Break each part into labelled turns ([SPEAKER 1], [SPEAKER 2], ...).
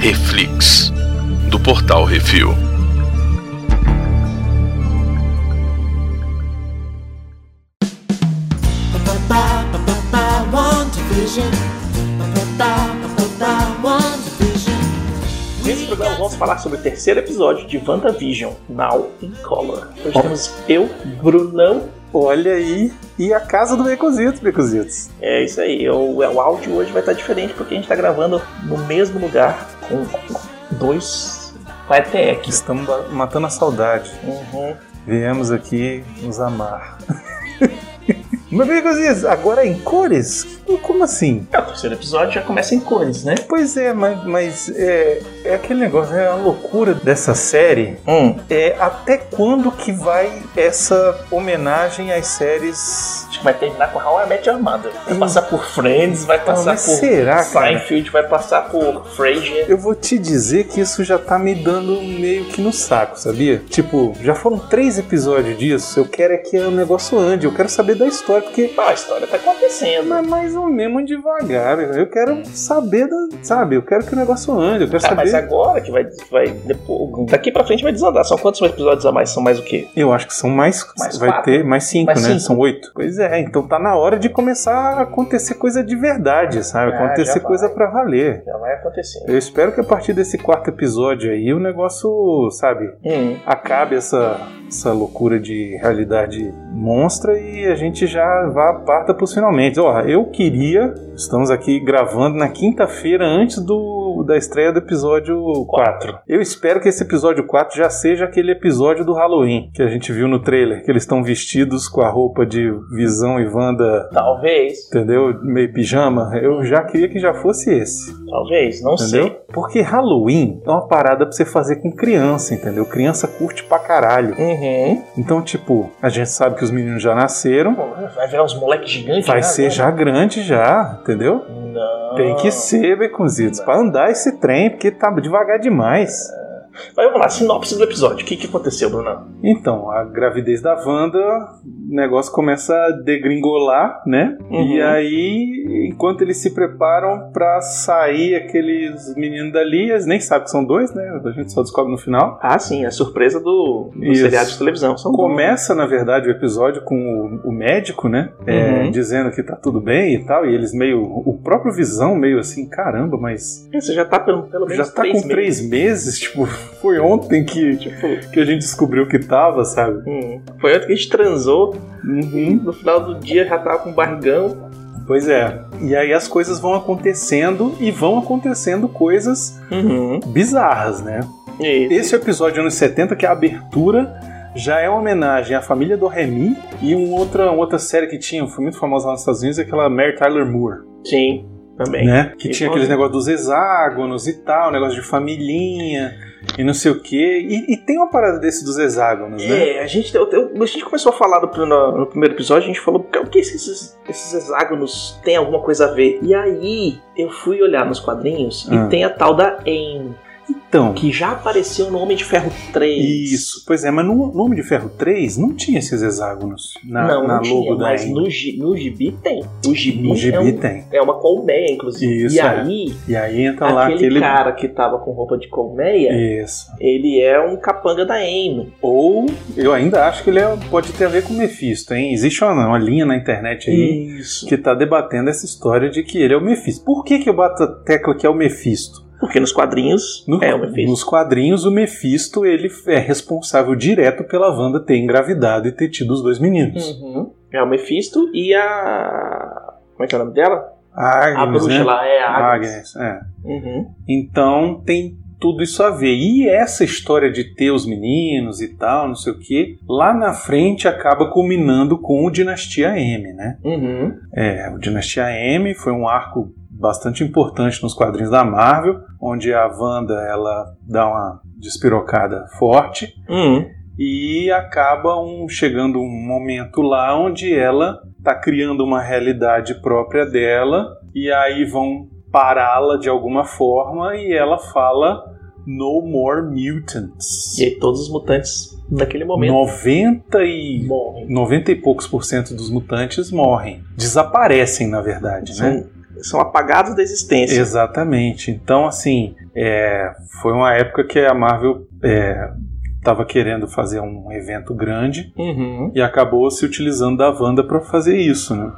[SPEAKER 1] Reflix, do portal Refil.
[SPEAKER 2] Nesse programa vamos falar sobre o terceiro episódio de WandaVision, Now in Color. Hoje temos eu, Brunão.
[SPEAKER 3] Olha aí. E a casa do Becositos, Becositos.
[SPEAKER 2] É isso aí, eu- o áudio hoje vai estar diferente porque a gente está gravando no mesmo lugar com dois ETEC.
[SPEAKER 3] Estamos ba- matando a saudade.
[SPEAKER 2] Uhum.
[SPEAKER 3] Viemos aqui nos amar. Mas Becositos, agora é em cores? Como assim?
[SPEAKER 2] É, o terceiro episódio já começa em cores, né?
[SPEAKER 3] Pois é, mas, mas é, é aquele negócio, é a loucura dessa série.
[SPEAKER 2] Hum.
[SPEAKER 3] É até quando que vai essa homenagem às séries
[SPEAKER 2] Acho que vai terminar com How I Met Your Mother. Vai passar por Friends, vai passar
[SPEAKER 3] mas
[SPEAKER 2] por
[SPEAKER 3] será, cara?
[SPEAKER 2] Seinfeld, vai passar por Frasier.
[SPEAKER 3] Eu vou te dizer que isso já tá me dando meio que no saco, sabia? Tipo, já foram três episódios disso. Eu quero é que o negócio ande, eu quero saber da história, porque.
[SPEAKER 2] Ah, a história tá acontecendo.
[SPEAKER 3] Mas mais ou menos devagar. Eu quero saber da. Sabe? Eu quero que o negócio ande, eu quero
[SPEAKER 2] Ah, mas
[SPEAKER 3] saber.
[SPEAKER 2] agora que vai. vai depois, daqui pra frente vai desandar. São quantos episódios a mais? São mais o quê?
[SPEAKER 3] Eu acho que são mais.
[SPEAKER 2] Mais
[SPEAKER 3] vai
[SPEAKER 2] quatro.
[SPEAKER 3] ter mais cinco,
[SPEAKER 2] Mais
[SPEAKER 3] né?
[SPEAKER 2] cinco.
[SPEAKER 3] São oito. Pois é, então tá na hora de começar a acontecer coisa de verdade, sabe?
[SPEAKER 2] Ah, já
[SPEAKER 3] Acontecer
[SPEAKER 2] vai.
[SPEAKER 3] coisa pra valer.
[SPEAKER 2] Já vai acontecendo.
[SPEAKER 3] Eu espero que a partir desse quarto episódio aí o negócio, sabe,
[SPEAKER 2] Hum.
[SPEAKER 3] acabe essa, essa loucura de realidade monstra e a gente já vá parta para os finalmente. Ó, eu queria, estamos aqui gravando na quinta-feira antes do da estreia do episódio 4. Eu espero que esse episódio 4 já seja aquele episódio do Halloween que a gente viu no trailer, que eles estão vestidos com a roupa de Visão e Wanda,
[SPEAKER 2] Talvez.
[SPEAKER 3] entendeu? Meio pijama. Eu já queria que já fosse esse.
[SPEAKER 2] Talvez, não
[SPEAKER 3] Entendeu?
[SPEAKER 2] sei.
[SPEAKER 3] Porque Halloween é uma parada pra você fazer com criança, entendeu? Criança curte pra caralho.
[SPEAKER 2] Uhum.
[SPEAKER 3] Então, tipo, a gente sabe que os meninos já nasceram.
[SPEAKER 2] Pô, Uhum. Vai virar uns moleques gigantes?
[SPEAKER 3] Vai
[SPEAKER 2] né,
[SPEAKER 3] ser
[SPEAKER 2] agora? Ah,
[SPEAKER 3] já grande já, entendeu?
[SPEAKER 2] Não.
[SPEAKER 3] Tem que ser, Baconzitos, pra andar esse trem, porque tá devagar demais.
[SPEAKER 2] Mas vamos lá, sinopse do episódio. O que, que aconteceu, Bruno?
[SPEAKER 3] Então, a gravidez da Wanda, o negócio começa a degringolar, né?
[SPEAKER 2] Uhum.
[SPEAKER 3] E aí, enquanto eles se preparam pra sair aqueles meninos dali, eles nem sabem que são dois, né? A gente só descobre no final.
[SPEAKER 2] Ah, sim, a surpresa do, do
[SPEAKER 3] Isso.
[SPEAKER 2] seriado de televisão. São
[SPEAKER 3] Começa, na verdade, o episódio com o, o médico, né? É,
[SPEAKER 2] Uhum.
[SPEAKER 3] dizendo que tá tudo bem e tal. E eles meio. O próprio Visão, meio assim, caramba, mas
[SPEAKER 2] Você já tá pelo, pelo menos
[SPEAKER 3] já tá com
[SPEAKER 2] meses.
[SPEAKER 3] três meses? Tipo, foi ontem que,
[SPEAKER 2] Tipo,
[SPEAKER 3] que a gente descobriu que tava, sabe?
[SPEAKER 2] hum, foi ontem que a gente transou.
[SPEAKER 3] Uhum.
[SPEAKER 2] No final do dia já tava com um barrigão.
[SPEAKER 3] Pois é. E aí as coisas vão acontecendo e vão acontecendo coisas
[SPEAKER 2] Uhum.
[SPEAKER 3] bizarras, né?
[SPEAKER 2] E,
[SPEAKER 3] Esse é o episódio anos 70, que é a abertura. Já é uma homenagem à família do Remy e uma outra, uma outra série que tinha, foi muito famosa lá nos Estados Unidos, é aquela Mary Tyler Moore.
[SPEAKER 2] Sim, também.
[SPEAKER 3] né? Que
[SPEAKER 2] E
[SPEAKER 3] tinha
[SPEAKER 2] quando-
[SPEAKER 3] aqueles negócios dos hexágonos e tal, negócio de familhinha e não sei o quê. E, e tem uma parada desse dos hexágonos, né?
[SPEAKER 2] É, a gente, eu- eu- a gente começou a falar do- no, no primeiro episódio, a gente falou o que esses, esses hexágonos têm alguma coisa a ver. E aí eu fui olhar nos quadrinhos
[SPEAKER 3] Ah.
[SPEAKER 2] e tem a tal da AIM,
[SPEAKER 3] Então,
[SPEAKER 2] que já apareceu no Homem de Ferro 3.
[SPEAKER 3] isso. Pois é, mas no, no Homem de Ferro 3 não tinha esses hexágonos na,
[SPEAKER 2] não,
[SPEAKER 3] na
[SPEAKER 2] não
[SPEAKER 3] logo
[SPEAKER 2] tinha,
[SPEAKER 3] da
[SPEAKER 2] mas
[SPEAKER 3] Amy.
[SPEAKER 2] no, gi- no gibi tem. O gibi,
[SPEAKER 3] No gibi
[SPEAKER 2] é, um-
[SPEAKER 3] tem.
[SPEAKER 2] é uma colmeia, inclusive.
[SPEAKER 3] Isso,
[SPEAKER 2] e
[SPEAKER 3] é.
[SPEAKER 2] aí,
[SPEAKER 3] E aí entra lá
[SPEAKER 2] aquele
[SPEAKER 3] aquele...
[SPEAKER 2] cara que tava com roupa de colmeia,
[SPEAKER 3] Isso.
[SPEAKER 2] ele é um capanga da AIM.
[SPEAKER 3] Ou eu ainda acho que ele é- pode ter a ver com o Mephisto, hein? Existe uma, uma linha na internet aí
[SPEAKER 2] Isso.
[SPEAKER 3] que tá debatendo essa história de que ele é o Mephisto. Por que, que eu bato a tecla que é o Mephisto?
[SPEAKER 2] Porque nos quadrinhos
[SPEAKER 3] No-
[SPEAKER 2] é o Mephisto.
[SPEAKER 3] Nos quadrinhos, o Mephisto ele é responsável direto pela Wanda ter engravidado e ter tido os dois meninos.
[SPEAKER 2] Uhum. É o Mephisto e a. Como é que é o nome dela?
[SPEAKER 3] A
[SPEAKER 2] a
[SPEAKER 3] Agnes,
[SPEAKER 2] bruxa
[SPEAKER 3] né?
[SPEAKER 2] lá é a
[SPEAKER 3] A
[SPEAKER 2] Agnes.
[SPEAKER 3] Agnes, é.
[SPEAKER 2] Uhum.
[SPEAKER 3] Então tem tudo isso a ver. E essa história de ter os meninos e tal, não sei o que, lá na frente acaba culminando com o Dinastia M, né?
[SPEAKER 2] Uhum.
[SPEAKER 3] É, o Dinastia M foi um arco bastante importante nos quadrinhos da Marvel, onde a Wanda ela dá uma despirocada forte.
[SPEAKER 2] Uhum.
[SPEAKER 3] e acaba um- chegando um momento lá onde ela está criando uma realidade própria dela e aí vão pará-la de alguma forma e ela fala No More Mutants.
[SPEAKER 2] E aí todos os mutantes naquele momento
[SPEAKER 3] 90 e,
[SPEAKER 2] morrem.
[SPEAKER 3] 90 e poucos por cento dos mutantes morrem. Desaparecem, na verdade, né?
[SPEAKER 2] São- são apagados da existência.
[SPEAKER 3] Exatamente. Então, assim, é, foi uma época que a Marvel estava querendo fazer um evento grande
[SPEAKER 2] Uhum.
[SPEAKER 3] e acabou se utilizando da Wanda para fazer isso, né?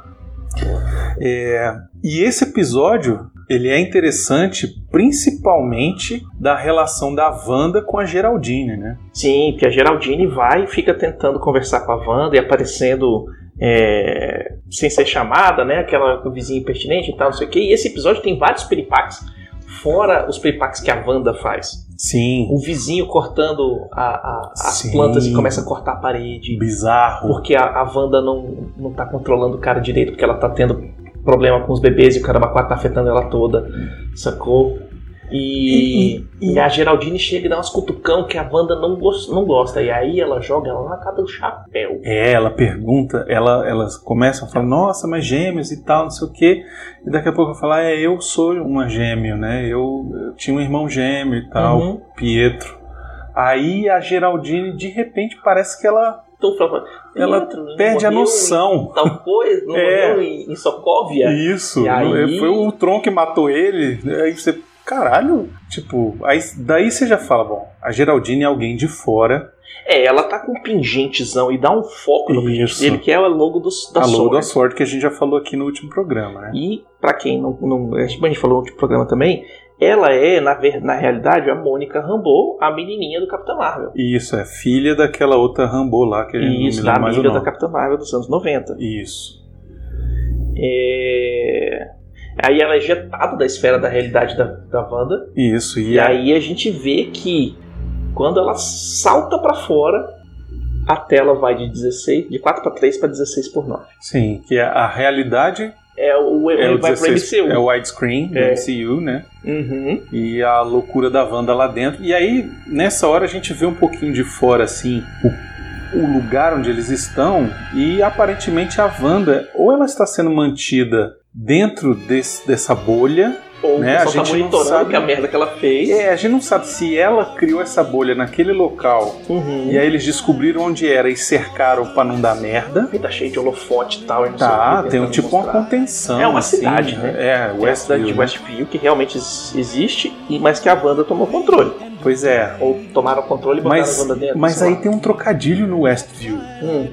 [SPEAKER 3] É, e esse episódio ele é interessante principalmente da relação da Wanda com a Geraldine, né?
[SPEAKER 2] Sim, que a Geraldine vai e fica tentando conversar com a Wanda e aparecendo é, sem ser chamada, né? Aquela vizinha impertinente e tal, não sei o quê. E esse episódio tem vários piripaques, fora os piripaques que a Wanda faz.
[SPEAKER 3] Sim,
[SPEAKER 2] O vizinho cortando a- a- as
[SPEAKER 3] Sim.
[SPEAKER 2] plantas e começa a cortar a parede.
[SPEAKER 3] bizarro.
[SPEAKER 2] Porque a, a Wanda não, não tá controlando o cara direito, porque ela tá tendo problema com os bebês e o caramba 4 tá afetando ela toda, sacou? E, e a Geraldine chega e dá umas cutucão que a Wanda não, gos- não gosta. E aí ela joga ela na cara do chapéu.
[SPEAKER 3] É, ela pergunta, ela, elas começam a falar, nossa, mas gêmeos e tal, não sei o quê. E daqui a pouco eu falar, é, eu sou uma gêmeo, né? Eu, eu tinha um irmão gêmeo e tal,
[SPEAKER 2] Uhum.
[SPEAKER 3] Pietro. Aí a Geraldine, de repente, parece que ela
[SPEAKER 2] Então, ela
[SPEAKER 3] Ela perde a noção.
[SPEAKER 2] Tal coisa, não
[SPEAKER 3] É.
[SPEAKER 2] morreu em, em Sokovia.
[SPEAKER 3] Isso, é,
[SPEAKER 2] E aí-
[SPEAKER 3] foi o Tron que matou ele. né, Aí você, caralho, tipo, aí, daí você já fala, bom, a Geraldine é alguém de fora,
[SPEAKER 2] É, ela tá com um pingentezão e dá um foco no pingente
[SPEAKER 3] Isso.
[SPEAKER 2] dele, que é o logo dos, da
[SPEAKER 3] a Lua
[SPEAKER 2] Sora.
[SPEAKER 3] da Sorte, que a gente já falou aqui no último programa, né?
[SPEAKER 2] E, pra quem não, não. A gente falou no outro programa também. Ela é, na, ver- na realidade, a Mônica Rambeau, a menininha do Capitão Marvel.
[SPEAKER 3] E isso, é filha daquela outra Rambo lá, que a gente
[SPEAKER 2] E isso,
[SPEAKER 3] não me
[SPEAKER 2] da
[SPEAKER 3] lembra mais o
[SPEAKER 2] amiga da
[SPEAKER 3] nome.
[SPEAKER 2] Capitã Marvel dos anos 90.
[SPEAKER 3] Isso.
[SPEAKER 2] É... Aí ela é jetada da esfera da realidade da, da Wanda.
[SPEAKER 3] Isso, e,
[SPEAKER 2] E
[SPEAKER 3] a-
[SPEAKER 2] aí a gente vê que quando ela salta pra fora, a tela vai de 16, de 4 pra 3 pra 16 por 9.
[SPEAKER 3] sim, que é a, a realidade
[SPEAKER 2] É o,
[SPEAKER 3] é
[SPEAKER 2] ele
[SPEAKER 3] o,
[SPEAKER 2] vai
[SPEAKER 3] 16,
[SPEAKER 2] pro MCU.
[SPEAKER 3] é o widescreen do
[SPEAKER 2] É.
[SPEAKER 3] MCU, né?
[SPEAKER 2] Uhum.
[SPEAKER 3] E a loucura da Wanda lá dentro. E aí, nessa hora, a gente vê um pouquinho de fora, assim, o, o lugar onde eles estão. E aparentemente a Wanda, ou ela está sendo mantida dentro desse- dessa bolha.
[SPEAKER 2] Ou
[SPEAKER 3] Né,
[SPEAKER 2] o
[SPEAKER 3] a
[SPEAKER 2] pessoal tá
[SPEAKER 3] gente não
[SPEAKER 2] monitorando
[SPEAKER 3] sabe.
[SPEAKER 2] que a merda que ela fez.
[SPEAKER 3] É, a gente não sabe se ela criou essa bolha naquele local.
[SPEAKER 2] Uhum.
[SPEAKER 3] E aí eles descobriram onde era e cercaram pra não dar merda.
[SPEAKER 2] E tá cheio de holofote e tal. e não sei o
[SPEAKER 3] Tá,
[SPEAKER 2] que,
[SPEAKER 3] tem um
[SPEAKER 2] tentando
[SPEAKER 3] tipo uma
[SPEAKER 2] mostrar.
[SPEAKER 3] contenção.
[SPEAKER 2] É uma
[SPEAKER 3] assim,
[SPEAKER 2] cidade, né?
[SPEAKER 3] É,
[SPEAKER 2] Tem a cidade de
[SPEAKER 3] Westview. né?
[SPEAKER 2] Westview, que realmente ex- existe, e- mas que a Wanda tomou controle.
[SPEAKER 3] Pois é.
[SPEAKER 2] Ou tomaram o controle e né? botaram
[SPEAKER 3] Mas,
[SPEAKER 2] a Wanda dentro.
[SPEAKER 3] mas
[SPEAKER 2] sei
[SPEAKER 3] aí
[SPEAKER 2] lá.
[SPEAKER 3] tem um trocadilho no Westview.
[SPEAKER 2] Hum,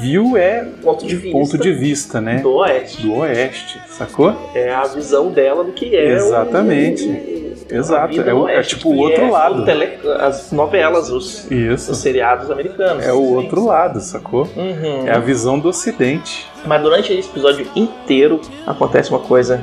[SPEAKER 3] View é
[SPEAKER 2] Um ponto de vista
[SPEAKER 3] ponto de vista, né?
[SPEAKER 2] do Oeste.
[SPEAKER 3] Do oeste, sacou?
[SPEAKER 2] É a visão dela do que é. o-
[SPEAKER 3] Exatamente.
[SPEAKER 2] o-
[SPEAKER 3] Exato,
[SPEAKER 2] a vida
[SPEAKER 3] é o-
[SPEAKER 2] no
[SPEAKER 3] é
[SPEAKER 2] Oeste,
[SPEAKER 3] tipo o
[SPEAKER 2] que
[SPEAKER 3] outro
[SPEAKER 2] é
[SPEAKER 3] lado.
[SPEAKER 2] o tele- as novelas, os, os
[SPEAKER 3] Isso.
[SPEAKER 2] seriados americanos.
[SPEAKER 3] É o outro lado, sacou?
[SPEAKER 2] Uhum.
[SPEAKER 3] É a visão do ocidente.
[SPEAKER 2] Mas durante esse episódio inteiro acontece uma coisa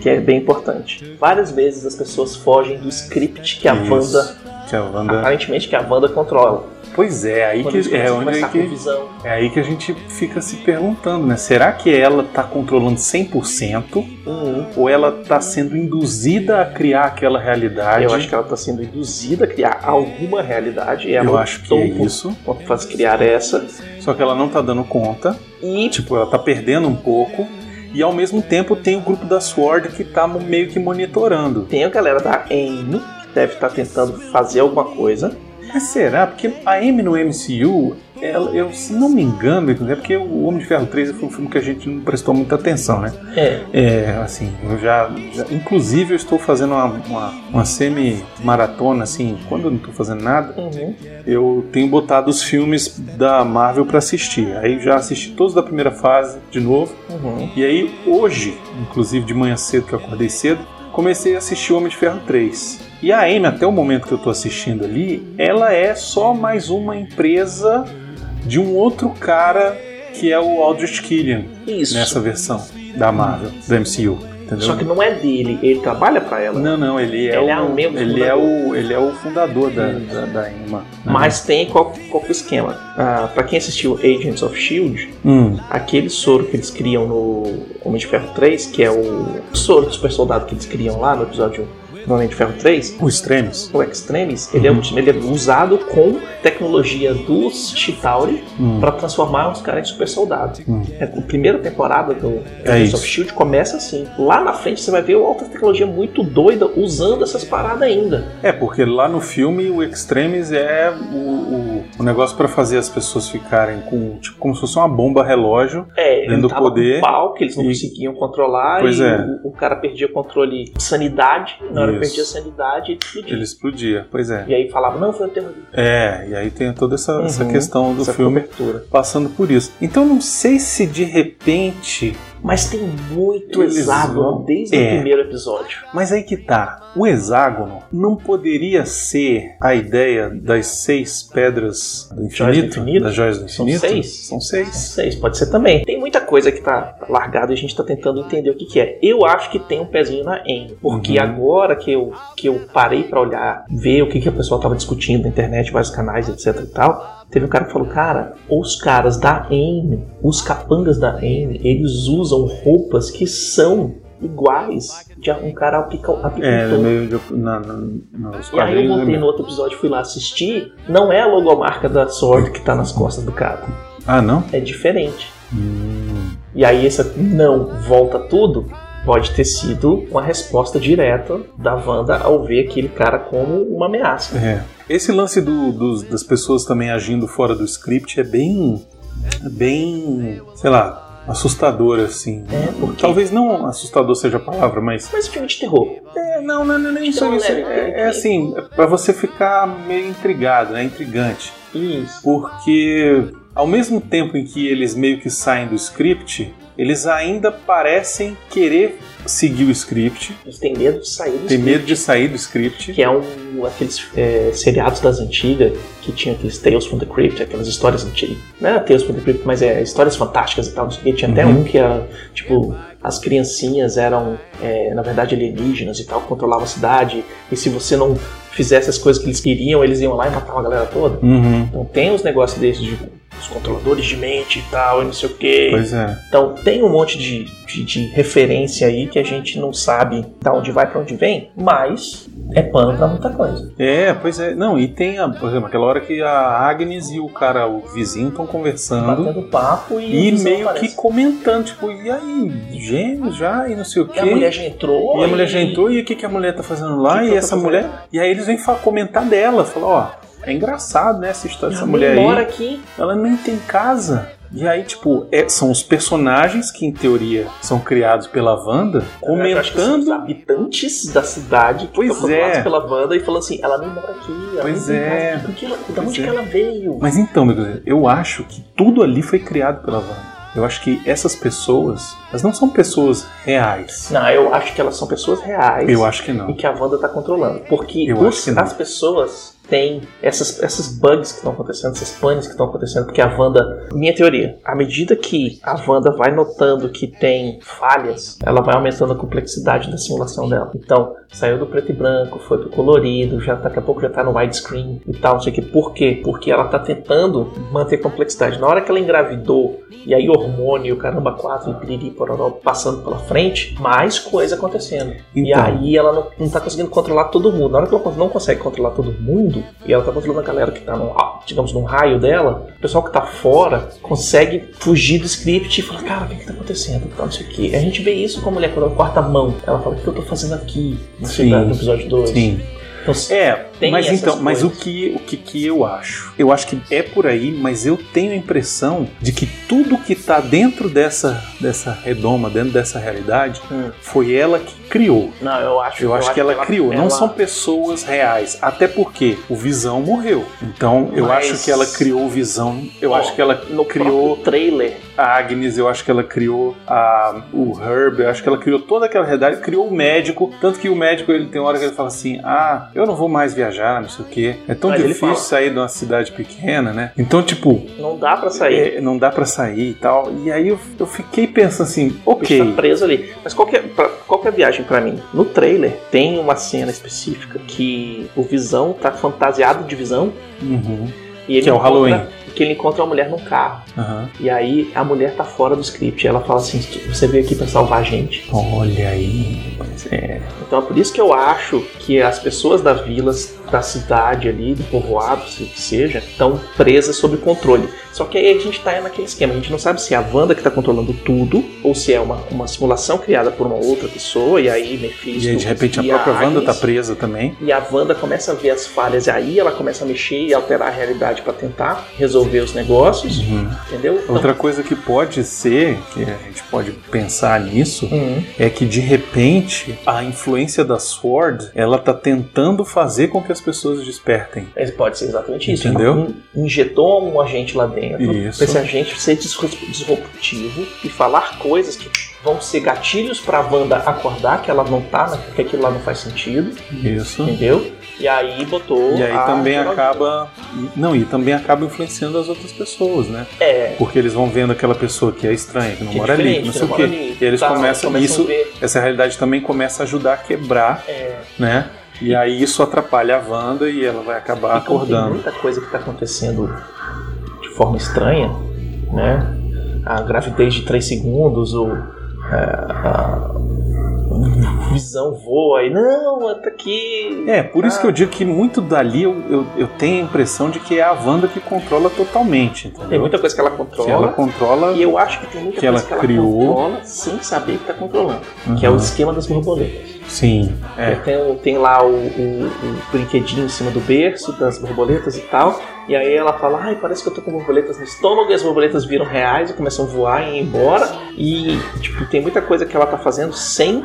[SPEAKER 2] que é bem importante. Várias vezes as pessoas fogem do script que a
[SPEAKER 3] Isso.
[SPEAKER 2] Wanda,
[SPEAKER 3] Que a Wanda...
[SPEAKER 2] aparentemente que a Wanda controla.
[SPEAKER 3] Pois é, aí
[SPEAKER 2] Quando eles
[SPEAKER 3] que, é,
[SPEAKER 2] começam a
[SPEAKER 3] onde é,
[SPEAKER 2] conversar com
[SPEAKER 3] que,
[SPEAKER 2] visão.
[SPEAKER 3] é aí que a gente fica se perguntando, né? Será que ela tá controlando 100%
[SPEAKER 2] Uhum.
[SPEAKER 3] ou ela tá sendo induzida a criar aquela realidade?
[SPEAKER 2] Eu acho que ela está sendo induzida a criar alguma realidade. E ela um
[SPEAKER 3] Eu acho que
[SPEAKER 2] optou
[SPEAKER 3] é
[SPEAKER 2] por-
[SPEAKER 3] isso.
[SPEAKER 2] por faz criar essa.
[SPEAKER 3] Só que ela não tá dando conta.
[SPEAKER 2] E
[SPEAKER 3] Tipo, ela tá perdendo um pouco. E ao mesmo tempo tem o grupo da SWORD que tá meio que monitorando.
[SPEAKER 2] tem a galera da AIM que deve estar tentando fazer alguma coisa.
[SPEAKER 3] Mas será? Porque a M no MCU, ela- eu, se não me engano, é porque o Homem de Ferro 3 foi um filme que a gente não prestou muita atenção, né?
[SPEAKER 2] É.
[SPEAKER 3] É, assim, eu já. já- inclusive, eu estou fazendo uma, uma, uma semi-maratona, assim, quando eu não estou fazendo nada,
[SPEAKER 2] Uhum.
[SPEAKER 3] eu tenho botado os filmes da Marvel pra assistir. Aí já assisti todos da primeira fase de novo.
[SPEAKER 2] Uhum.
[SPEAKER 3] E aí, hoje, inclusive de manhã cedo, que eu acordei cedo, comecei a assistir Homem de Ferro 3. E a Amy, até o momento que eu tô assistindo ali, ela é só mais uma empresa de um outro cara que é o Aldrich Killian
[SPEAKER 2] Isso.
[SPEAKER 3] nessa versão da Marvel, da MCU, entendeu?
[SPEAKER 2] Só que não é dele, ele trabalha para ela.
[SPEAKER 3] Não, não, ele é,
[SPEAKER 2] Ele é
[SPEAKER 3] o,
[SPEAKER 2] o mesmo
[SPEAKER 3] ele é o Ele é o fundador da,
[SPEAKER 2] Isso.
[SPEAKER 3] da, da Emma. né?
[SPEAKER 2] Mas tem qual, qual que é o esquema? Ah, pra quem assistiu Agents of Shield,
[SPEAKER 3] Hum,
[SPEAKER 2] aquele soro que eles criam no Homem de Ferro 3, que é o soro do super soldado que eles criam lá no episódio 1 do Homem de Ferro 3,
[SPEAKER 3] os Tremes.
[SPEAKER 2] o Extremis, ele é,
[SPEAKER 3] Uhum.
[SPEAKER 2] ut- ele é usado com tecnologia dos Chitauri
[SPEAKER 3] Hum,
[SPEAKER 2] pra transformar os caras em super soldados.
[SPEAKER 3] hum.
[SPEAKER 2] É, A primeira temporada do
[SPEAKER 3] É
[SPEAKER 2] Agents
[SPEAKER 3] isso.
[SPEAKER 2] of Shield começa assim. Lá na frente você vai ver outra tecnologia muito doida usando essas paradas ainda.
[SPEAKER 3] É, porque lá no filme o Extremes é o, o- um negócio pra fazer as pessoas ficarem com, tipo, como se fosse uma bomba relógio.
[SPEAKER 2] É, ele
[SPEAKER 3] Dentro do
[SPEAKER 2] tava com
[SPEAKER 3] poder.
[SPEAKER 2] um pau que eles não
[SPEAKER 3] E-
[SPEAKER 2] conseguiam controlar
[SPEAKER 3] Pois
[SPEAKER 2] e
[SPEAKER 3] é.
[SPEAKER 2] o, o cara perdia controle sanidade. Na hora que
[SPEAKER 3] Isso.
[SPEAKER 2] perdia sanidade, ele explodia.
[SPEAKER 3] Ele explodia, pois é.
[SPEAKER 2] E aí falava, não, foi um terrorista.
[SPEAKER 3] É, e aí tem toda essa, essa
[SPEAKER 2] Uhum,
[SPEAKER 3] questão do
[SPEAKER 2] essa
[SPEAKER 3] filme
[SPEAKER 2] cobertura.
[SPEAKER 3] passando por isso. Então não sei se de repente
[SPEAKER 2] Mas tem muito
[SPEAKER 3] Eles
[SPEAKER 2] hexágono
[SPEAKER 3] vão-
[SPEAKER 2] desde
[SPEAKER 3] É.
[SPEAKER 2] o primeiro episódio.
[SPEAKER 3] Mas aí que tá. O hexágono não poderia ser a ideia das seis pedras do
[SPEAKER 2] Joias do
[SPEAKER 3] infinito?
[SPEAKER 2] infinito?
[SPEAKER 3] Das joias do
[SPEAKER 2] São
[SPEAKER 3] infinito?
[SPEAKER 2] seis?
[SPEAKER 3] São
[SPEAKER 2] Não
[SPEAKER 3] seis.
[SPEAKER 2] sei, isso pode ser também. Tem muita coisa que tá tá largada e a gente tá tentando entender o que que é. Eu acho que tem um pezinho na EM. Porque
[SPEAKER 3] Uhum.
[SPEAKER 2] agora que eu, que eu parei pra olhar, ver o que que a pessoa tava discutindo na internet, vários canais, etc e tal... Teve um cara que falou, cara, os caras da EM, os capangas da EM, eles usam roupas que são iguais de um cara apica- apicultor.
[SPEAKER 3] É, no meio de. Na, na, nos
[SPEAKER 2] E aí eu
[SPEAKER 3] quadrinhos, né,
[SPEAKER 2] montei no
[SPEAKER 3] meu?
[SPEAKER 2] outro episódio, fui lá assistir. Não é a logomarca da Sword que tá nas costas do cara.
[SPEAKER 3] Ah, não?
[SPEAKER 2] É diferente.
[SPEAKER 3] Hum,
[SPEAKER 2] E aí esse não volta tudo pode ter sido uma resposta direta da Wanda ao ver aquele cara como uma ameaça.
[SPEAKER 3] é. Esse lance do, dos- das pessoas também agindo fora do script é bem. é bem. sei lá, assustador, assim.
[SPEAKER 2] É, porque...
[SPEAKER 3] Talvez não assustador seja a palavra, mas.
[SPEAKER 2] Mas um filme de terror.
[SPEAKER 3] É, não, não, não, nem
[SPEAKER 2] Então,
[SPEAKER 3] só isso.
[SPEAKER 2] né,
[SPEAKER 3] É, é assim, é pra você ficar meio intrigado, né? Intrigante.
[SPEAKER 2] Isso.
[SPEAKER 3] Porque ao mesmo tempo em que eles meio que saem do script, eles ainda parecem querer seguir o script,
[SPEAKER 2] Eles têm medo de sair do
[SPEAKER 3] tem medo de sair do script.
[SPEAKER 2] que é um aqueles é, seriados das antigas que tinha aqueles Tales from the Crypt, aquelas histórias antigas. Não era Tales from the Crypt, mas é histórias fantásticas e tal. não sei o quê. Tinha até
[SPEAKER 3] Uhum.
[SPEAKER 2] um que era, tipo, as criancinhas eram, é, na verdade, alienígenas e tal, que controlavam a cidade. E se você não fizesse as coisas que eles queriam, eles iam lá e matavam a galera toda.
[SPEAKER 3] Uhum.
[SPEAKER 2] Então tem uns negócios desses de os controladores de mente e tal, e não sei o quê.
[SPEAKER 3] Pois é.
[SPEAKER 2] Então tem um monte de, de, de referência aí que a gente não sabe da onde vai pra onde vem, mas é pano pra muita coisa.
[SPEAKER 3] É, pois é. Não, e tem, a, por exemplo, aquela hora que a Agnes e o cara, o vizinho, estão conversando
[SPEAKER 2] Batendo papo e.
[SPEAKER 3] Uhum. e
[SPEAKER 2] o visão
[SPEAKER 3] meio que
[SPEAKER 2] aparece.
[SPEAKER 3] comentando, tipo, e aí, gêmeos já, e não sei o
[SPEAKER 2] E
[SPEAKER 3] quê.
[SPEAKER 2] a mulher já entrou.
[SPEAKER 3] E a mulher já entrou, e o que, que a mulher tá fazendo
[SPEAKER 2] Que
[SPEAKER 3] lá?
[SPEAKER 2] que
[SPEAKER 3] e
[SPEAKER 2] eu tô
[SPEAKER 3] essa
[SPEAKER 2] fazendo?
[SPEAKER 3] mulher. E aí eles vêm fa- comentar dela, falar, ó, é engraçado, né, essa história, essa mulher
[SPEAKER 2] mora
[SPEAKER 3] aí.
[SPEAKER 2] aqui.
[SPEAKER 3] Ela nem tem casa. E aí, tipo, é- são os personagens que, em teoria, são criados pela Wanda,
[SPEAKER 2] Eu acho que são Os
[SPEAKER 3] comentando.
[SPEAKER 2] habitantes da cidade que
[SPEAKER 3] Pois
[SPEAKER 2] estão procurados
[SPEAKER 3] é.
[SPEAKER 2] pela banda e falando assim: ela nem mora aqui. Ela
[SPEAKER 3] Pois
[SPEAKER 2] nem tem
[SPEAKER 3] é.
[SPEAKER 2] casa. Por que ela- da
[SPEAKER 3] Pois
[SPEAKER 2] onde
[SPEAKER 3] é.
[SPEAKER 2] que ela veio?
[SPEAKER 3] Mas então, meu Deus, eu acho que tudo ali foi criado pela Wanda. Eu acho que essas pessoas, elas não são pessoas reais.
[SPEAKER 2] Não, eu acho que elas são pessoas reais.
[SPEAKER 3] Eu acho que
[SPEAKER 2] e
[SPEAKER 3] não.
[SPEAKER 2] que a Wanda tá controlando. Porque
[SPEAKER 3] Eu
[SPEAKER 2] os-
[SPEAKER 3] acho que não.
[SPEAKER 2] as pessoas têm essas, essas bugs que estão acontecendo, essas panes que estão acontecendo, porque a Wanda. Minha teoria, à medida que a Wanda vai notando que tem falhas, ela vai aumentando a complexidade da simulação dela. Então, saiu do preto e branco, foi pro colorido, já tá- daqui a pouco já tá no widescreen e tal, não sei o que. Por quê? Porque ela tá tentando manter complexidade. Na hora que ela engravidou, e aí hormônio, caramba, quatro, e piriri, pororó, passando pela frente, mais coisa acontecendo. E
[SPEAKER 3] Então,
[SPEAKER 2] aí ela não, não tá conseguindo controlar todo mundo. Na hora que ela não consegue controlar todo mundo, e ela tá controlando a galera que tá, num, ra- digamos, num raio dela, o pessoal que tá fora consegue fugir do script e falar, cara, o que que tá acontecendo? Então, não sei o quê. A gente vê isso com a mulher quando ela corta a mão. Ela fala, o que que eu tô fazendo aqui? Não sei,
[SPEAKER 3] Sim.
[SPEAKER 2] tá, no episódio 2.
[SPEAKER 3] sim.
[SPEAKER 2] Então, se-
[SPEAKER 3] É,
[SPEAKER 2] Tem
[SPEAKER 3] mas
[SPEAKER 2] essas
[SPEAKER 3] então, mas o
[SPEAKER 2] coisas.
[SPEAKER 3] que, o que que eu acho? Eu acho que é por aí, mas eu tenho a impressão de que tudo que tá dentro dessa, dessa redoma, dentro dessa realidade,
[SPEAKER 2] Hum.
[SPEAKER 3] foi ela que criou.
[SPEAKER 2] Não, eu acho,
[SPEAKER 3] Eu acho que ela criou, não
[SPEAKER 2] ela-
[SPEAKER 3] são pessoas reais, até porque o Visão morreu. Então, eu
[SPEAKER 2] Mas-
[SPEAKER 3] acho que ela criou o Visão, eu
[SPEAKER 2] Ó,
[SPEAKER 3] acho que ela
[SPEAKER 2] No próprio
[SPEAKER 3] criou
[SPEAKER 2] trailer.
[SPEAKER 3] a Agnes, eu acho que ela criou a, o Herb, eu acho que ela criou toda aquela realidade, criou o médico, tanto que o médico ele tem hora que ele fala assim: ah, eu não vou mais viajar, não sei o quê. É tão
[SPEAKER 2] Mas ele
[SPEAKER 3] difícil
[SPEAKER 2] fala.
[SPEAKER 3] sair de uma cidade pequena, né? Então, tipo,
[SPEAKER 2] Não dá pra sair.
[SPEAKER 3] é, não dá pra sair e tal. E aí eu, eu fiquei pensando assim,
[SPEAKER 2] O bicho
[SPEAKER 3] ok.
[SPEAKER 2] tá preso ali. Mas qual que, é, pra- qual que é a viagem pra mim? No trailer tem uma cena específica que o Visão tá fantasiado de Visão
[SPEAKER 3] Uhum.
[SPEAKER 2] e ele
[SPEAKER 3] Que é o
[SPEAKER 2] encontra-
[SPEAKER 3] Halloween.
[SPEAKER 2] que ele encontra uma mulher num carro.
[SPEAKER 3] Aham.
[SPEAKER 2] E aí a mulher tá fora do script. Ela fala assim: você veio aqui pra salvar a gente.
[SPEAKER 3] Olha aí. Pois é.
[SPEAKER 2] Então é por isso que eu acho que as pessoas da vila, da cidade ali, do povoado, se que seja, estão presas sob controle. Só que aí a gente tá naquele esquema. A gente não sabe se é a Wanda que tá controlando tudo, ou se é uma, uma simulação criada por uma outra pessoa, e aí Mephisto.
[SPEAKER 3] E aí, de repente, a
[SPEAKER 2] e
[SPEAKER 3] própria Wanda tá
[SPEAKER 2] Agnes.
[SPEAKER 3] presa também.
[SPEAKER 2] E a Wanda começa a ver as falhas, e aí ela começa a mexer e alterar a realidade pra tentar resolver os negócios, entendeu? Então-
[SPEAKER 3] Uhum. Outra coisa que pode ser, que a gente pode pensar nisso,
[SPEAKER 2] Hum.
[SPEAKER 3] é que de repente a influência da Sword ela tá tentando fazer com que as pessoas despertem.
[SPEAKER 2] Mas É, Pode ser exatamente isso.
[SPEAKER 3] Entendeu?
[SPEAKER 2] In- Injetou um agente lá dentro
[SPEAKER 3] Isso.
[SPEAKER 2] pra esse agente ser disru- disruptivo e falar coisas que vão ser gatilhos pra Wanda acordar que ela não tá, na- que aquilo lá não faz sentido,
[SPEAKER 3] Isso.
[SPEAKER 2] entendeu? E aí botou.
[SPEAKER 3] E aí
[SPEAKER 2] a
[SPEAKER 3] também
[SPEAKER 2] Geraldine.
[SPEAKER 3] acaba. Não, e também acaba influenciando as outras pessoas, né?
[SPEAKER 2] É.
[SPEAKER 3] Porque eles vão vendo aquela pessoa que é estranha, que não
[SPEAKER 2] que é
[SPEAKER 3] mora ali,
[SPEAKER 2] diferente,
[SPEAKER 3] que não
[SPEAKER 2] que
[SPEAKER 3] sei o
[SPEAKER 2] mora
[SPEAKER 3] quê.
[SPEAKER 2] ali,
[SPEAKER 3] E eles
[SPEAKER 2] tá,
[SPEAKER 3] começam,
[SPEAKER 2] começam
[SPEAKER 3] isso,
[SPEAKER 2] a ver,
[SPEAKER 3] essa realidade também começa a ajudar a quebrar,
[SPEAKER 2] é,
[SPEAKER 3] né? E aí isso atrapalha a Wanda e ela vai acabar
[SPEAKER 2] e como Tem
[SPEAKER 3] acordando.
[SPEAKER 2] muita coisa que tá acontecendo de forma estranha, né? A gravidez de 3 segundos, o. é, a- Visão voa e não, tá aqui.
[SPEAKER 3] É, por isso
[SPEAKER 2] Ah.
[SPEAKER 3] que eu digo que muito dali eu, eu, eu tenho a impressão de que é a Wanda que controla totalmente, entendeu?
[SPEAKER 2] Tem É muita coisa que ela
[SPEAKER 3] que
[SPEAKER 2] controla.
[SPEAKER 3] ela controla.
[SPEAKER 2] E eu acho que tem muita
[SPEAKER 3] Que
[SPEAKER 2] coisa
[SPEAKER 3] ela
[SPEAKER 2] que ela
[SPEAKER 3] criou.
[SPEAKER 2] controla sem saber que tá controlando. Que é o
[SPEAKER 3] Uhum.
[SPEAKER 2] esquema das borboletas.
[SPEAKER 3] Sim, é.
[SPEAKER 2] Então, Tem, o- tem lá o, o- o brinquedinho em cima do berço das borboletas e tal. E aí ela fala, ai, parece que eu tô com borboletas no estômago. E as borboletas viram reais e começam a voar e ir embora. E, tipo, tem muita coisa que ela tá fazendo sem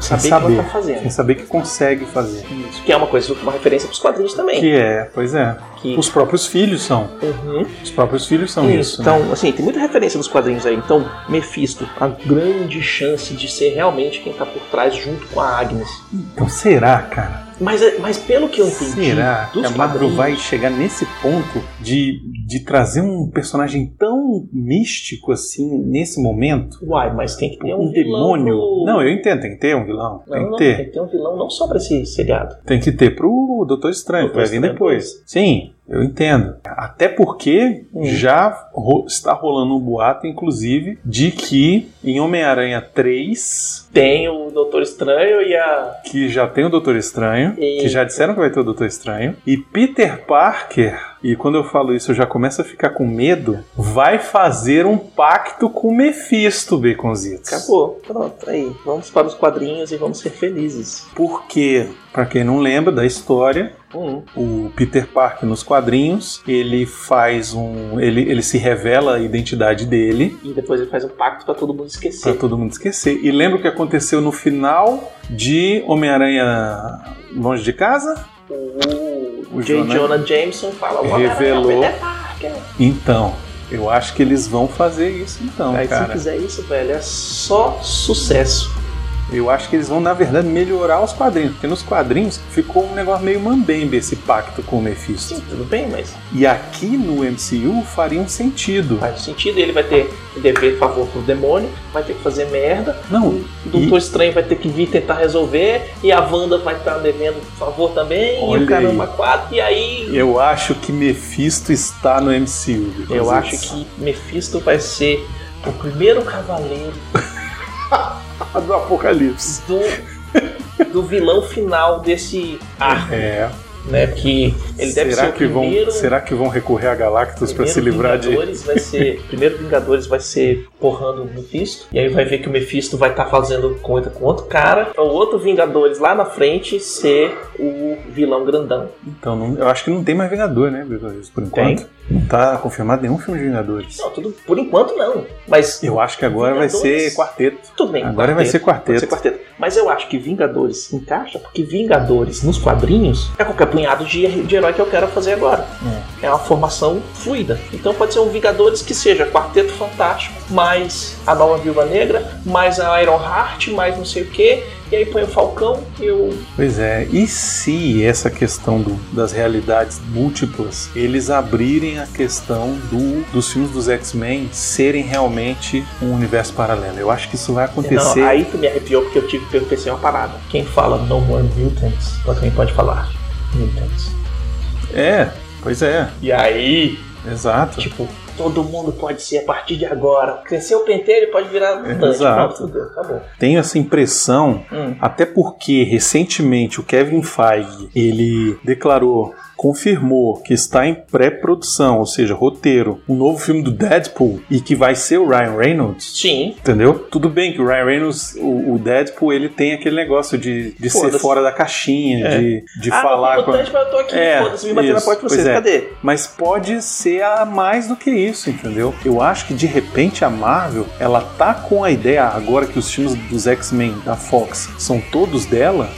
[SPEAKER 3] Sem
[SPEAKER 2] saber, que ela tá
[SPEAKER 3] Sem
[SPEAKER 2] fazendo.
[SPEAKER 3] saber que consegue fazer.
[SPEAKER 2] Isso, que é uma coisa, uma referência pros quadrinhos também.
[SPEAKER 3] Que é, pois é.
[SPEAKER 2] Que-
[SPEAKER 3] Os próprios filhos são.
[SPEAKER 2] Uhum.
[SPEAKER 3] Os próprios filhos são isso. né?
[SPEAKER 2] Então, assim, tem muita referência nos quadrinhos aí. Então, Mephisto, a grande chance de ser realmente quem tá por trás junto com a Agnes.
[SPEAKER 3] Então será, cara?
[SPEAKER 2] Mas, é- mas pelo que eu entendi
[SPEAKER 3] Será É que
[SPEAKER 2] dos
[SPEAKER 3] a Marvel
[SPEAKER 2] quadrinhos,
[SPEAKER 3] vai chegar nesse ponto de, de trazer um personagem tão místico assim nesse momento?
[SPEAKER 2] Uai, mas tem que ter um,
[SPEAKER 3] um demônio?
[SPEAKER 2] vilão.
[SPEAKER 3] Não, eu entendo, tem que ter um vilão.
[SPEAKER 2] Não,
[SPEAKER 3] tem que
[SPEAKER 2] não,
[SPEAKER 3] ter.
[SPEAKER 2] Tem que ter um vilão não só pra esse seriado.
[SPEAKER 3] Tem que ter pro Doutor Estranho, que
[SPEAKER 2] Doutor
[SPEAKER 3] vai vir
[SPEAKER 2] Estranho
[SPEAKER 3] depois. Sim, eu entendo. Até porque
[SPEAKER 2] Hum.
[SPEAKER 3] já ro- está rolando um boato, inclusive, de que em Homem-Aranha 3,
[SPEAKER 2] Tem o Doutor Estranho e a.
[SPEAKER 3] que já tem o Doutor Estranho,
[SPEAKER 2] Eita.
[SPEAKER 3] que já disseram que vai ter o Doutor Estranho, e Peter Parker, e quando eu falo isso eu já começo a ficar com medo, vai fazer um pacto com Mephisto, Baconzitos.
[SPEAKER 2] Acabou. Pronto, tá aí. Vamos para os quadrinhos e vamos ser felizes.
[SPEAKER 3] Porque, pra quem não lembra da história,
[SPEAKER 2] Hum.
[SPEAKER 3] o Peter Parker nos quadrinhos, ele faz um, ele, ele se revela a identidade dele
[SPEAKER 2] E depois ele faz um pacto pra todo mundo
[SPEAKER 3] pra
[SPEAKER 2] esquecer.
[SPEAKER 3] todo mundo esquecer. E lembra o que aconteceu no final de Homem-Aranha longe de casa?
[SPEAKER 2] O,
[SPEAKER 3] O
[SPEAKER 2] J.
[SPEAKER 3] Jonah-
[SPEAKER 2] Jonah Jameson fala: "O Homem-Aranha,
[SPEAKER 3] Revelou.
[SPEAKER 2] Peter Parker."
[SPEAKER 3] Então, eu acho que eles vão fazer isso então,
[SPEAKER 2] Aí, se
[SPEAKER 3] cara.
[SPEAKER 2] fizer isso, velho, é só sucesso.
[SPEAKER 3] Eu acho que eles vão na verdade melhorar os quadrinhos, porque nos quadrinhos ficou um negócio meio mambembe esse pacto com o Mephisto.
[SPEAKER 2] Sim, tudo bem, mas
[SPEAKER 3] E aqui no MCU faria um sentido.
[SPEAKER 2] faz sentido. Ele vai ter que dever favor pro demônio, vai ter que fazer merda.
[SPEAKER 3] Não,
[SPEAKER 2] O Doutor Estranho vai ter que vir tentar resolver. E a Wanda vai estar devendo favor também. e
[SPEAKER 3] Olha
[SPEAKER 2] o caramba,
[SPEAKER 3] aí.
[SPEAKER 2] quatro. E aí.
[SPEAKER 3] Eu acho que Mephisto está no MCU.
[SPEAKER 2] Eu
[SPEAKER 3] Inclusive.
[SPEAKER 2] acho que Mephisto vai ser o primeiro cavaleiro
[SPEAKER 3] A do Apocalipse.
[SPEAKER 2] do. Do vilão final desse arco,
[SPEAKER 3] É.
[SPEAKER 2] né? Que ele deve
[SPEAKER 3] será
[SPEAKER 2] ser o
[SPEAKER 3] que vão,
[SPEAKER 2] primeiro.
[SPEAKER 3] Será que vão recorrer a Galactus para
[SPEAKER 2] Primeiro
[SPEAKER 3] se livrar de.
[SPEAKER 2] Vingadores vai ser, primeiro Vingadores vai ser porrando o Mephisto. E aí vai ver que o Mephisto vai estar fazendo conta com outro cara. Pra o outro Vingadores lá na frente ser o vilão grandão.
[SPEAKER 3] Então, não- eu acho que não tem mais Vingador, né, Vingadores, por enquanto. Não tá confirmado nenhum filme de Vingadores.
[SPEAKER 2] Não, tudo, por enquanto não. Mas
[SPEAKER 3] Eu acho que agora vai
[SPEAKER 2] Vingadores?
[SPEAKER 3] ser quarteto.
[SPEAKER 2] tudo bem.
[SPEAKER 3] Agora vai ser
[SPEAKER 2] Pode ser
[SPEAKER 3] quarteto.
[SPEAKER 2] quarteto. Mas eu acho que Vingadores encaixa porque Vingadores nos quadrinhos é qualquer punhado de, de herói que eu quero fazer agora. É. uma formação fluida. Então pode ser um Vingadores que seja Quarteto Fantástico, mais a nova Viúva Negra, mais a Iron Heart, mais não sei o que. E aí põe o Falcão e o.
[SPEAKER 3] Pois é, e se essa questão do- das realidades múltiplas eles abrirem a questão do- dos filmes dos X-Men serem realmente um universo paralelo? Eu acho que isso vai acontecer.
[SPEAKER 2] Não, aí tu me arrepiou porque eu tive que pensei é uma parada. Quem fala No é More Mutants, também pode falar. Mutants.
[SPEAKER 3] É, pois é.
[SPEAKER 2] E aí,
[SPEAKER 3] Exato.
[SPEAKER 2] Tipo, todo mundo pode ser a partir de agora. Cresceu o penteiro pode virar mutante.
[SPEAKER 3] Exato.
[SPEAKER 2] Pronto, fudeu, acabou.
[SPEAKER 3] Tenho essa impressão,
[SPEAKER 2] Hum.
[SPEAKER 3] até porque recentemente o Kevin Feige, ele declarou, confirmou que está em pré-produção, ou seja, roteiro, um novo filme do Deadpool e que vai ser o Ryan Reynolds.
[SPEAKER 2] Sim.
[SPEAKER 3] Entendeu? Tudo bem que o Ryan Reynolds, o, o Deadpool, ele tem aquele negócio de, de ser
[SPEAKER 2] Foda-se.
[SPEAKER 3] fora da caixinha,
[SPEAKER 2] É.
[SPEAKER 3] de, de
[SPEAKER 2] ah,
[SPEAKER 3] falar
[SPEAKER 2] não,
[SPEAKER 3] com.
[SPEAKER 2] fui mutante, mas eu tô aqui.
[SPEAKER 3] É,
[SPEAKER 2] Foda-se, me bater na
[SPEAKER 3] isso,
[SPEAKER 2] porta de
[SPEAKER 3] pois
[SPEAKER 2] vocês,
[SPEAKER 3] é.
[SPEAKER 2] cadê?
[SPEAKER 3] Mas pode ser a mais do que isso, entendeu? Eu acho que de repente a Marvel, ela tá com a ideia agora que os filmes dos X-Men da Fox são todos dela,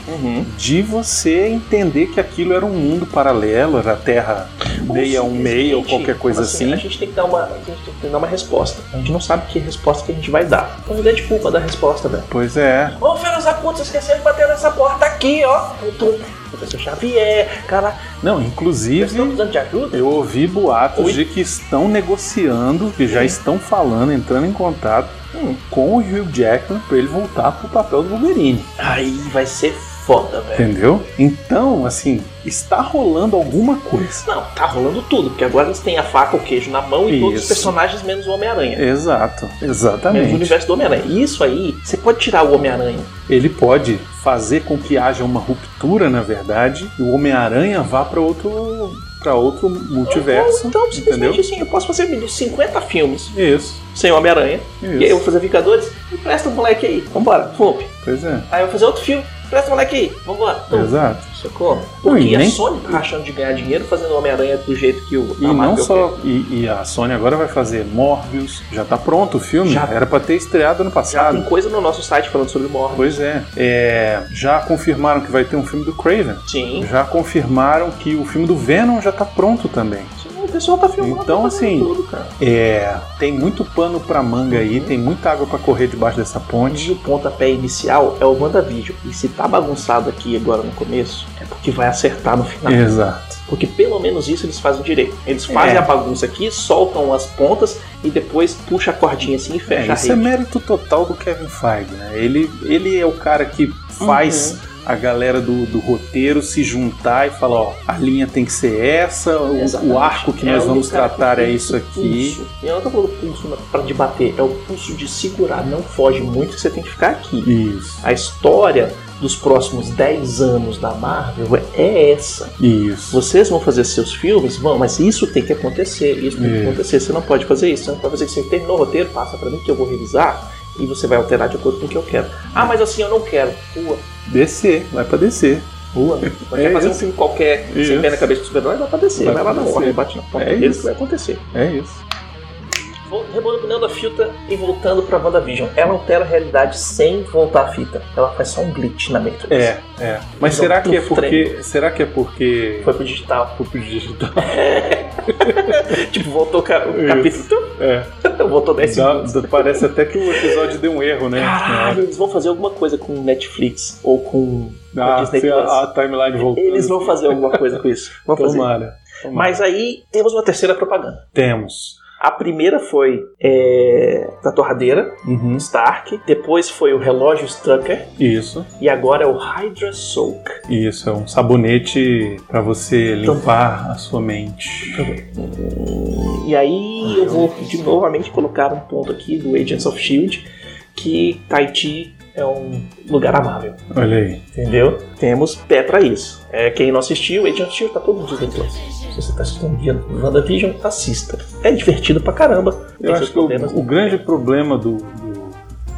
[SPEAKER 3] de você entender que aquilo era um mundo paralelo, era a Terra meia um meia ou
[SPEAKER 2] Simplesmente,
[SPEAKER 3] qualquer coisa assim.
[SPEAKER 2] A gente tem que dar uma, a gente tem que dar uma resposta. A gente não sabe que resposta que a gente vai dar. Então, é de culpa da resposta, velho.
[SPEAKER 3] Pois é.
[SPEAKER 2] Ô, filhos da puta, vocês esqueceram de bater nessa porta aqui, ó. Tum, tum. Professor Xavier, cara,
[SPEAKER 3] Não,
[SPEAKER 2] vocês estão
[SPEAKER 3] inclusive
[SPEAKER 2] precisando de ajuda?
[SPEAKER 3] eu ouvi boatos
[SPEAKER 2] Oi?
[SPEAKER 3] de que estão negociando, que já
[SPEAKER 2] Hum.
[SPEAKER 3] estão falando, entrando em contato
[SPEAKER 2] Hum.
[SPEAKER 3] com o Hugh Jackman pra ele voltar pro papel do Wolverine.
[SPEAKER 2] Aí vai ser foda, velho.
[SPEAKER 3] Entendeu? Então, assim, está rolando alguma coisa.
[SPEAKER 2] Não, tá rolando tudo, porque agora eles têm a faca, o queijo na mão e todos os
[SPEAKER 3] Isso.
[SPEAKER 2] personagens menos o Homem-Aranha.
[SPEAKER 3] Exato,
[SPEAKER 2] Menos o
[SPEAKER 3] exatamente.
[SPEAKER 2] universo do Homem-Aranha. E Isso aí, você pode tirar o Homem-Aranha.
[SPEAKER 3] Ele pode fazer com que haja uma ruptura, na verdade, e o Homem-Aranha vá para outro para outro multiverso,
[SPEAKER 2] Então,
[SPEAKER 3] entendeu?
[SPEAKER 2] simplesmente assim, eu posso fazer 50 filmes
[SPEAKER 3] Isso.
[SPEAKER 2] sem o Homem-Aranha. E aí eu
[SPEAKER 3] Isso.
[SPEAKER 2] vou fazer Vingadores, empresta o moleque aí, vambora, flop.
[SPEAKER 3] Pois é.
[SPEAKER 2] Aí eu vou fazer outro filme, empresta o moleque aí, vambora. Tum.
[SPEAKER 3] Exato.
[SPEAKER 2] Sacou?
[SPEAKER 3] Não,
[SPEAKER 2] Porque
[SPEAKER 3] e nem-
[SPEAKER 2] a Sony tá achando de ganhar dinheiro fazendo o Homem-Aranha do jeito que o
[SPEAKER 3] E
[SPEAKER 2] a
[SPEAKER 3] não
[SPEAKER 2] Marvel
[SPEAKER 3] só e, e a Sony agora vai fazer Morbius, já tá pronto o filme,
[SPEAKER 2] Já.
[SPEAKER 3] era para ter estreado ano
[SPEAKER 2] quer. Já
[SPEAKER 3] passado.
[SPEAKER 2] tem coisa no nosso site falando sobre Morbius.
[SPEAKER 3] Pois é. é. Já confirmaram que vai ter um filme do Craven.
[SPEAKER 2] Sim.
[SPEAKER 3] Já confirmaram que o filme do Venom já tá pronto também.
[SPEAKER 2] Sim, O pessoal tá filmando.
[SPEAKER 3] Então,
[SPEAKER 2] tá fazendo
[SPEAKER 3] assim,
[SPEAKER 2] Tudo, cara.
[SPEAKER 3] É, tem muito pano pra manga aí,
[SPEAKER 2] Uhum.
[SPEAKER 3] tem muita água pra correr debaixo dessa
[SPEAKER 2] E
[SPEAKER 3] ponte.
[SPEAKER 2] o pontapé inicial é o WandaVision. E se tá bagunçado aqui agora no começo, é porque vai acertar no final.
[SPEAKER 3] Exato.
[SPEAKER 2] Porque pelo menos isso eles fazem direito. Eles fazem
[SPEAKER 3] É.
[SPEAKER 2] a bagunça aqui, soltam as pontas e depois puxa a cordinha assim e
[SPEAKER 3] É,
[SPEAKER 2] fecha a
[SPEAKER 3] isso é
[SPEAKER 2] rede.
[SPEAKER 3] mérito total do Kevin Feige, né? Ele, ele é o cara que faz
[SPEAKER 2] Uhum.
[SPEAKER 3] a galera do, do roteiro se juntar e falar, ó, a linha tem que ser essa, o,
[SPEAKER 2] Exatamente.
[SPEAKER 3] o arco que
[SPEAKER 2] É
[SPEAKER 3] nós
[SPEAKER 2] o
[SPEAKER 3] vamos
[SPEAKER 2] cara
[SPEAKER 3] tratar
[SPEAKER 2] que
[SPEAKER 3] é
[SPEAKER 2] tem
[SPEAKER 3] isso aqui.
[SPEAKER 2] Pulso. E eu não tô falando pulso na- pra debater, é o pulso de segurar. Não foge muito que você tem que ficar aqui.
[SPEAKER 3] Isso,
[SPEAKER 2] A história dos próximos 10 anos da Marvel é essa.
[SPEAKER 3] isso.
[SPEAKER 2] Vocês vão fazer seus filmes? Vão, mas isso tem que acontecer, isso tem que
[SPEAKER 3] É.
[SPEAKER 2] acontecer. Você não pode fazer isso, você não pode fazer isso. Você terminou o roteiro, passa pra mim que eu vou revisar e você vai alterar de acordo com o que eu quero. Ah, mas assim eu não quero. Rua,
[SPEAKER 3] Descer, vai pra descer.
[SPEAKER 2] rua. Vai
[SPEAKER 3] É
[SPEAKER 2] fazer um
[SPEAKER 3] isso.
[SPEAKER 2] filme qualquer
[SPEAKER 3] Isso.
[SPEAKER 2] sem pé na cabeça do super-herói, vai acontecer.
[SPEAKER 3] Vai
[SPEAKER 2] Vai, lá na
[SPEAKER 3] acontecer.
[SPEAKER 2] ordem, bate na porta
[SPEAKER 3] É
[SPEAKER 2] dele
[SPEAKER 3] isso.
[SPEAKER 2] que vai acontecer.
[SPEAKER 3] É isso.
[SPEAKER 2] Vol- Rebobinando a fita e voltando pra WandaVision. Ela altera a realidade sem voltar a fita. Ela faz só um glitch na Matrix.
[SPEAKER 3] É, é. Mas
[SPEAKER 2] Não,
[SPEAKER 3] será que é
[SPEAKER 2] não
[SPEAKER 3] porque. Será que é porque.
[SPEAKER 2] Foi pro digital.
[SPEAKER 3] Foi pro digital.
[SPEAKER 2] Tipo, voltou o ca- o
[SPEAKER 3] Isso.
[SPEAKER 2] capítulo.
[SPEAKER 3] É.
[SPEAKER 2] Voltou 10
[SPEAKER 3] Dá-
[SPEAKER 2] segundos.
[SPEAKER 3] dá- parece até que o episódio deu um erro, né?
[SPEAKER 2] Caralho, eles vão fazer alguma coisa com Netflix ou com.
[SPEAKER 3] Ah,
[SPEAKER 2] Disney
[SPEAKER 3] se
[SPEAKER 2] Plus.
[SPEAKER 3] a, a timeline voltou.
[SPEAKER 2] Eles vão fazer alguma coisa com isso. Vão fazer.
[SPEAKER 3] Tomara. Tomara.
[SPEAKER 2] Mas aí temos uma terceira propaganda.
[SPEAKER 3] né? temos.
[SPEAKER 2] A primeira foi é, da torradeira,
[SPEAKER 3] Uhum,
[SPEAKER 2] Stark. Depois foi o relógio Strucker.
[SPEAKER 3] Isso.
[SPEAKER 2] E agora é o Hydra Soak.
[SPEAKER 3] Isso, é um sabonete pra você limpar a sua mente.
[SPEAKER 2] E aí eu vou de novamente colocar um ponto aqui do Agents of Shield, que Tahiti é um lugar amável,
[SPEAKER 3] Olha aí.
[SPEAKER 2] entendeu? Temos pé pra isso. É, quem não assistiu, Agents of Shield tá todo no Disney Plus. Se você tá assistindo via WandaVision, assista. É divertido pra caramba. Tem
[SPEAKER 3] Eu
[SPEAKER 2] seus
[SPEAKER 3] acho que o,
[SPEAKER 2] problemas.
[SPEAKER 3] o grande problema do, do,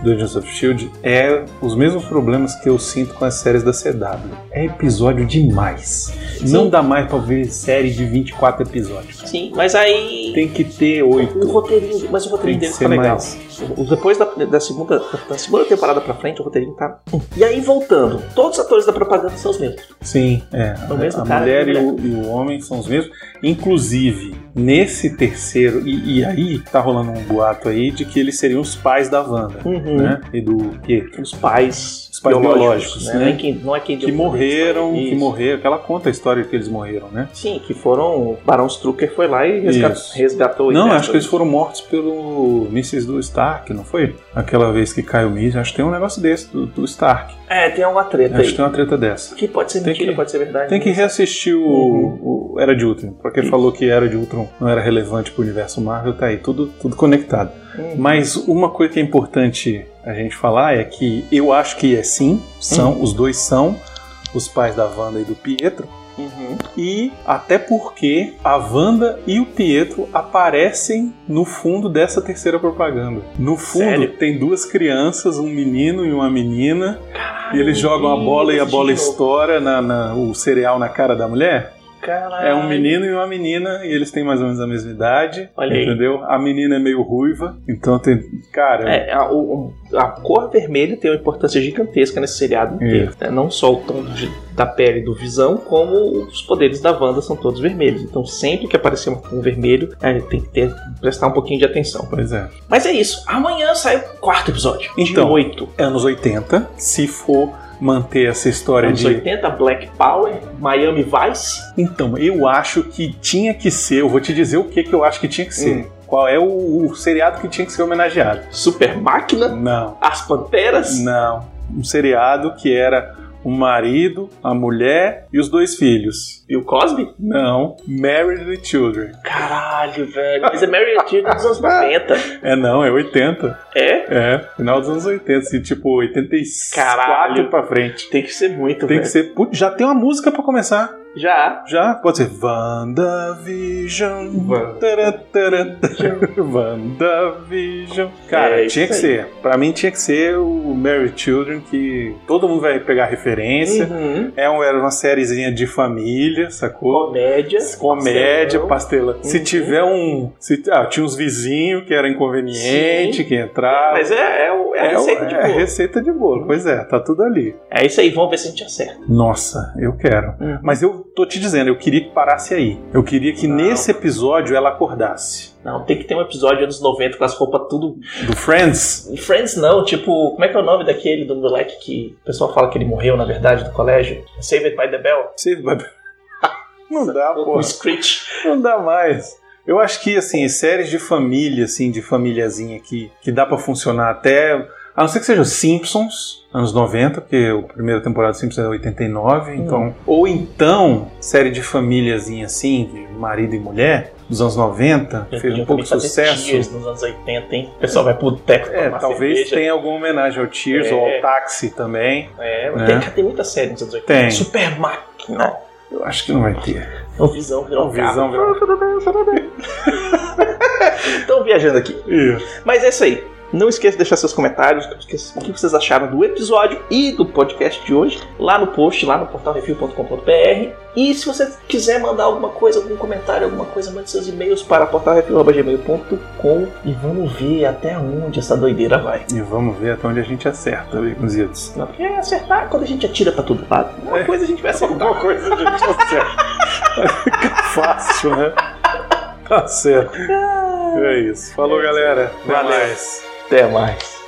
[SPEAKER 3] do Agents of Shield é os mesmos problemas que eu sinto com as séries da CW. É episódio demais. Não dá mais pra ver série de 24 episódios.
[SPEAKER 2] Sim, mas aí.
[SPEAKER 3] Tem que ter
[SPEAKER 2] O
[SPEAKER 3] 8.
[SPEAKER 2] roteirinho, mas o
[SPEAKER 3] Tem
[SPEAKER 2] roteirinho
[SPEAKER 3] que
[SPEAKER 2] dele
[SPEAKER 3] ser
[SPEAKER 2] tá legal.
[SPEAKER 3] mais.
[SPEAKER 2] O- Depois da, da segunda, da segunda temporada pra frente, o roteirinho tá. E aí, voltando, todos os atores da propaganda são os mesmos.
[SPEAKER 3] Sim, é.
[SPEAKER 2] É o mesmo
[SPEAKER 3] a
[SPEAKER 2] cara
[SPEAKER 3] mulher
[SPEAKER 2] que
[SPEAKER 3] e
[SPEAKER 2] mulher.
[SPEAKER 3] o, e o homem são os mesmos. Inclusive, nesse terceiro, e, e aí tá rolando um boato aí de que eles seriam os pais da Wanda,
[SPEAKER 2] Uhum.
[SPEAKER 3] né? E do Pietro.
[SPEAKER 2] os pais,
[SPEAKER 3] Os pais biológicos, né?
[SPEAKER 2] Não é quem, não é quem
[SPEAKER 3] Que morreram, que
[SPEAKER 2] Isso.
[SPEAKER 3] morreram. Que ela conta a história que eles morreram, né?
[SPEAKER 2] Sim, que foram. O Barão Strucker foi lá e resga-
[SPEAKER 3] Isso.
[SPEAKER 2] resgatou
[SPEAKER 3] não,
[SPEAKER 2] né,
[SPEAKER 3] acho que eles foram mortos pelo Mrs. do Stark, não foi? Aquela vez que caiu o Mrs. Acho que tem um negócio desse, do, do Stark.
[SPEAKER 2] É, tem alguma treta
[SPEAKER 3] Acho
[SPEAKER 2] aí.
[SPEAKER 3] que tem uma treta dessa.
[SPEAKER 2] Que pode ser
[SPEAKER 3] Tem
[SPEAKER 2] mentira,
[SPEAKER 3] que-
[SPEAKER 2] pode ser verdade.
[SPEAKER 3] Tem que
[SPEAKER 2] né?
[SPEAKER 3] reassistir o,
[SPEAKER 2] Uhum.
[SPEAKER 3] o Era de Ultron. Pra quem falou que Era de Ultron não era relevante pro universo Marvel, tá aí, tudo, tudo conectado.
[SPEAKER 2] Hum,
[SPEAKER 3] Mas uma coisa que é importante a gente falar é que eu acho que é sim, são, os dois são, os pais da Wanda e do Pietro.
[SPEAKER 2] Uhum.
[SPEAKER 3] E até porque a Wanda e o Pietro aparecem no fundo dessa terceira propaganda. No fundo
[SPEAKER 2] Sério?
[SPEAKER 3] tem duas crianças, um menino e uma menina, e eles jogam a bola e a bola estoura na, na- o cereal na cara da mulher.
[SPEAKER 2] Caralho.
[SPEAKER 3] É um menino e uma menina, e eles têm mais ou menos a mesma idade.
[SPEAKER 2] Olha aí.
[SPEAKER 3] entendeu? A menina é meio ruiva, então tem. Cara,
[SPEAKER 2] É, a, o- o- a cor vermelha tem uma importância gigantesca nesse seriado
[SPEAKER 3] É.
[SPEAKER 2] inteiro. né? Não só o tom de- da pele do Visão, como os poderes da Wanda são todos vermelhos. Então sempre que aparecer um um vermelho, é, tem que ter, prestar um pouquinho de atenção.
[SPEAKER 3] pois é.
[SPEAKER 2] Mas é isso. Amanhã sai o quarto episódio.
[SPEAKER 3] Então.
[SPEAKER 2] de 8.
[SPEAKER 3] Anos 80, se for manter essa história
[SPEAKER 2] Anos
[SPEAKER 3] de.
[SPEAKER 2] 80, Black Power, Miami Vice.
[SPEAKER 3] Então, eu acho que tinha que ser, eu vou te dizer o que, que eu acho que tinha que
[SPEAKER 2] Hum.
[SPEAKER 3] ser. Qual é o, o seriado que tinha que ser homenageado?
[SPEAKER 2] Super Máquina,
[SPEAKER 3] Não,
[SPEAKER 2] As Panteras,
[SPEAKER 3] não. Um seriado que era o marido, a mulher e os dois filhos.
[SPEAKER 2] Bill Cosby?
[SPEAKER 3] Não, Married with Children.
[SPEAKER 2] Caralho, velho. Mas é Mary Antiga dos anos 90.
[SPEAKER 3] É não, é 80.
[SPEAKER 2] É?
[SPEAKER 3] É, final dos anos 80, assim, tipo 84
[SPEAKER 2] Caralho.
[SPEAKER 3] pra frente.
[SPEAKER 2] Tem que ser muito,
[SPEAKER 3] Tem
[SPEAKER 2] velho.
[SPEAKER 3] que ser. Putz, já tem uma música pra começar.
[SPEAKER 2] Já.
[SPEAKER 3] Já? Pode ser WandaVision.
[SPEAKER 2] Van-
[SPEAKER 3] Tará, tará, tará. WandaVision. Cara,
[SPEAKER 2] É isso
[SPEAKER 3] tinha que
[SPEAKER 2] aí.
[SPEAKER 3] ser. Pra mim tinha que ser o Mary Children, que todo mundo vai pegar referência.
[SPEAKER 2] Uhum.
[SPEAKER 3] É um- era uma sériezinha de família, sacou?
[SPEAKER 2] Comédia.
[SPEAKER 3] Comédia, pastela. Se
[SPEAKER 2] Uhum.
[SPEAKER 3] tiver um. Se, ah, tinha uns vizinhos que era inconveniente,
[SPEAKER 2] Sim.
[SPEAKER 3] que entrava.
[SPEAKER 2] Mas é, é, o- é a
[SPEAKER 3] É o-
[SPEAKER 2] receita de
[SPEAKER 3] é a
[SPEAKER 2] bolo.
[SPEAKER 3] receita de bolo, pois é, tá tudo ali.
[SPEAKER 2] É isso aí, vamos ver se a gente acerta.
[SPEAKER 3] Nossa, eu quero.
[SPEAKER 2] Hum.
[SPEAKER 3] Mas eu tô te dizendo, eu queria que parasse aí. Eu queria que
[SPEAKER 2] Não.
[SPEAKER 3] nesse episódio ela acordasse.
[SPEAKER 2] Não, tem que ter um episódio anos 90 com as roupas tudo.
[SPEAKER 3] Do Friends?
[SPEAKER 2] Friends não, tipo, como é que é o nome daquele do moleque que o pessoal fala que ele morreu, na verdade, do colégio? Saved by the Bell?
[SPEAKER 3] Você vai- Não dá, pô.
[SPEAKER 2] O Screech.
[SPEAKER 3] Não dá mais. Eu acho que, assim, séries de família, assim, de famíliazinha que, que dá pra funcionar até. A não ser que seja Simpsons, anos 90, porque a primeira temporada do Simpsons é 89,
[SPEAKER 2] Hum.
[SPEAKER 3] então. Ou então, série de famíliazinha assim, de marido e mulher, dos anos 90,
[SPEAKER 2] Eu
[SPEAKER 3] fez
[SPEAKER 2] podia
[SPEAKER 3] um pouco de
[SPEAKER 2] também fazer
[SPEAKER 3] sucesso.
[SPEAKER 2] Cheers nos anos 80, hein? O pessoal vai pro boteco
[SPEAKER 3] É,
[SPEAKER 2] tomar
[SPEAKER 3] talvez
[SPEAKER 2] né? cerveja.
[SPEAKER 3] tenha alguma homenagem ao Tears
[SPEAKER 2] É.
[SPEAKER 3] ou ao Táxi também.
[SPEAKER 2] É, mas
[SPEAKER 3] né?
[SPEAKER 2] tem, cara, tem muita série nos anos 80.
[SPEAKER 3] Tem.
[SPEAKER 2] Super Máquina.
[SPEAKER 3] Eu acho que não vai ter.
[SPEAKER 2] O Visão virou um
[SPEAKER 3] O Visão um
[SPEAKER 2] carro. Então, viajando aqui.
[SPEAKER 3] Isso.
[SPEAKER 2] Mas é isso aí. Não esqueça de deixar seus comentários, o que vocês acharam do episódio e do podcast de hoje, lá no post, lá no portalrefil.com.br. E se você quiser mandar alguma coisa, algum comentário, alguma coisa, mande seus e-mails para portalrefil.gmail.com e vamos ver até onde essa doideira vai.
[SPEAKER 3] E vamos ver até onde a gente acerta, Baconzitos.
[SPEAKER 2] Não, porque é acertar, quando a gente atira pra todo lado, uma
[SPEAKER 3] É.
[SPEAKER 2] coisa a gente vai acertar.
[SPEAKER 3] Alguma coisa a gente acerta. Fica fácil, né? Tá certo. É isso. Falou, galera. Até
[SPEAKER 2] Valeu.
[SPEAKER 3] mais.
[SPEAKER 2] Até mais.